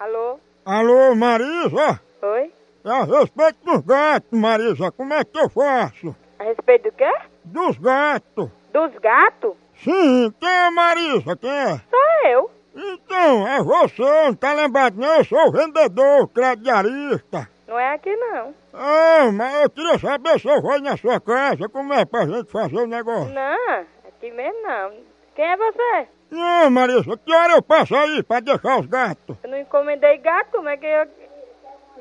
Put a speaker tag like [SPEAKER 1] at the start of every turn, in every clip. [SPEAKER 1] Alô?
[SPEAKER 2] Alô, Marisa?
[SPEAKER 1] Oi?
[SPEAKER 2] É a respeito dos gatos, Marisa. Como é que eu faço?
[SPEAKER 1] A respeito do quê?
[SPEAKER 2] Dos gatos.
[SPEAKER 1] Dos gatos?
[SPEAKER 2] Sim, quem é Marisa? Quem é?
[SPEAKER 1] Só eu.
[SPEAKER 2] Então, é você, não tá lembrado não? Eu sou o vendedor, o crediarista.
[SPEAKER 1] Não é aqui não.
[SPEAKER 2] Ah, mas eu queria saber se eu vou na sua casa, como é pra gente fazer o negócio.
[SPEAKER 1] Não, aqui mesmo não. Quem é você?
[SPEAKER 2] Não, Marisa, que hora eu passo aí pra deixar os gatos?
[SPEAKER 1] Eu não encomendei gato, como é que eu...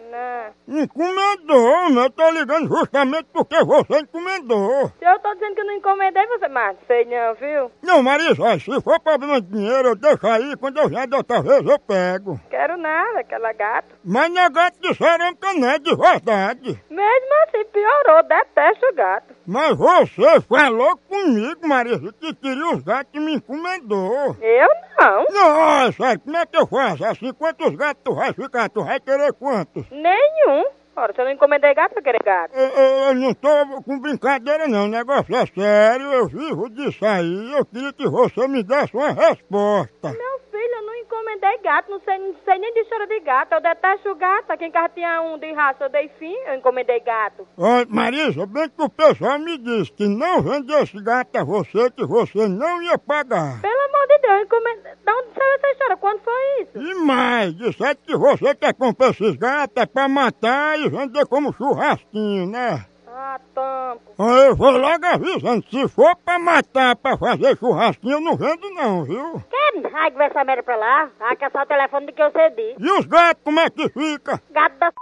[SPEAKER 1] Não.
[SPEAKER 2] Encomendou, mas eu tô ligando justamente porque você encomendou.
[SPEAKER 1] Se eu tô dizendo que eu não encomendei você, mas sei não, viu?
[SPEAKER 2] Não, Marisa, olha, se for problema de dinheiro, eu deixo aí, quando eu já da outra vez eu pego.
[SPEAKER 1] Quero nada, aquela gato.
[SPEAKER 2] Mas não é gato de cerâmica não, é de verdade.
[SPEAKER 1] Mesmo assim, piorou, detesto gato.
[SPEAKER 2] Mas você falou comigo, Marisa, que queria os gatos e me encomendou.
[SPEAKER 1] Eu não.
[SPEAKER 2] Nossa, como é que eu faço? Assim, quantos gatos tu vai ficar? Tu vai querer quantos?
[SPEAKER 1] Nenhum. Ora, se eu não encomendei gato, eu querer gato.
[SPEAKER 2] Eu, eu- eu não tô com brincadeira não, o negócio é sério, eu vivo disso aí, eu queria que você me desse uma resposta.
[SPEAKER 1] Meu filho, eu não encomendei gato, não sei, não sei nem de história de gato. Eu detesto gato. Aqui em casa tinha um de raça, eu dei fim, eu encomendei gato.
[SPEAKER 2] Ó, Marisa, bem que o pessoal me disse que não vende esse gato a você, que você não ia pagar.
[SPEAKER 1] Pelo amor de Deus, eu encomendei... De onde saiu essa história? Quando foi isso?
[SPEAKER 2] E mais, disseram que você quer comprar esses gatos é pra matar e vender como churrasquinho, né?
[SPEAKER 1] Ah, tampo.
[SPEAKER 2] Ó, Eu vou logo avisando, se for pra matar, pra fazer churrasquinho, eu não vendo não, viu?
[SPEAKER 1] Que raio que vai essa merda pra lá? Vai caçar o telefone do que você disse.
[SPEAKER 2] E os gatos, como é que fica?
[SPEAKER 1] Gato da, s-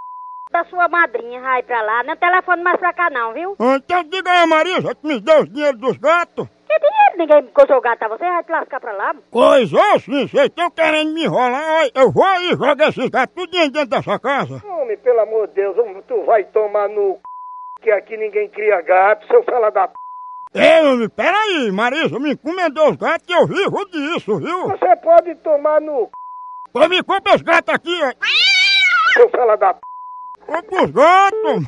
[SPEAKER 1] da sua madrinha, raio pra lá. Não telefone mais pra cá não, viu?
[SPEAKER 2] Ó, Então diga aí, Marisa, que me deu os dinheiro dos gatos.
[SPEAKER 1] Que dinheiro ninguém me coçou o gato a você? Vai te lascar pra lá.
[SPEAKER 2] Coisa assim, vocês estão querendo me enrolar, ó, eu vou aí jogar esses gatos tudinho dentro dessa casa.
[SPEAKER 3] Homem, pelo amor de Deus, homem, tu vai tomar no c... que aqui ninguém cria gato, seu fala da p...
[SPEAKER 2] Ei, homem, peraí, Marisa, me encomendou os gatos e eu vivo disso, viu?
[SPEAKER 3] Você pode tomar no c...
[SPEAKER 2] Pô, me compra os gatos aqui, ó.
[SPEAKER 3] seu fala da p...
[SPEAKER 2] Compra os gatos.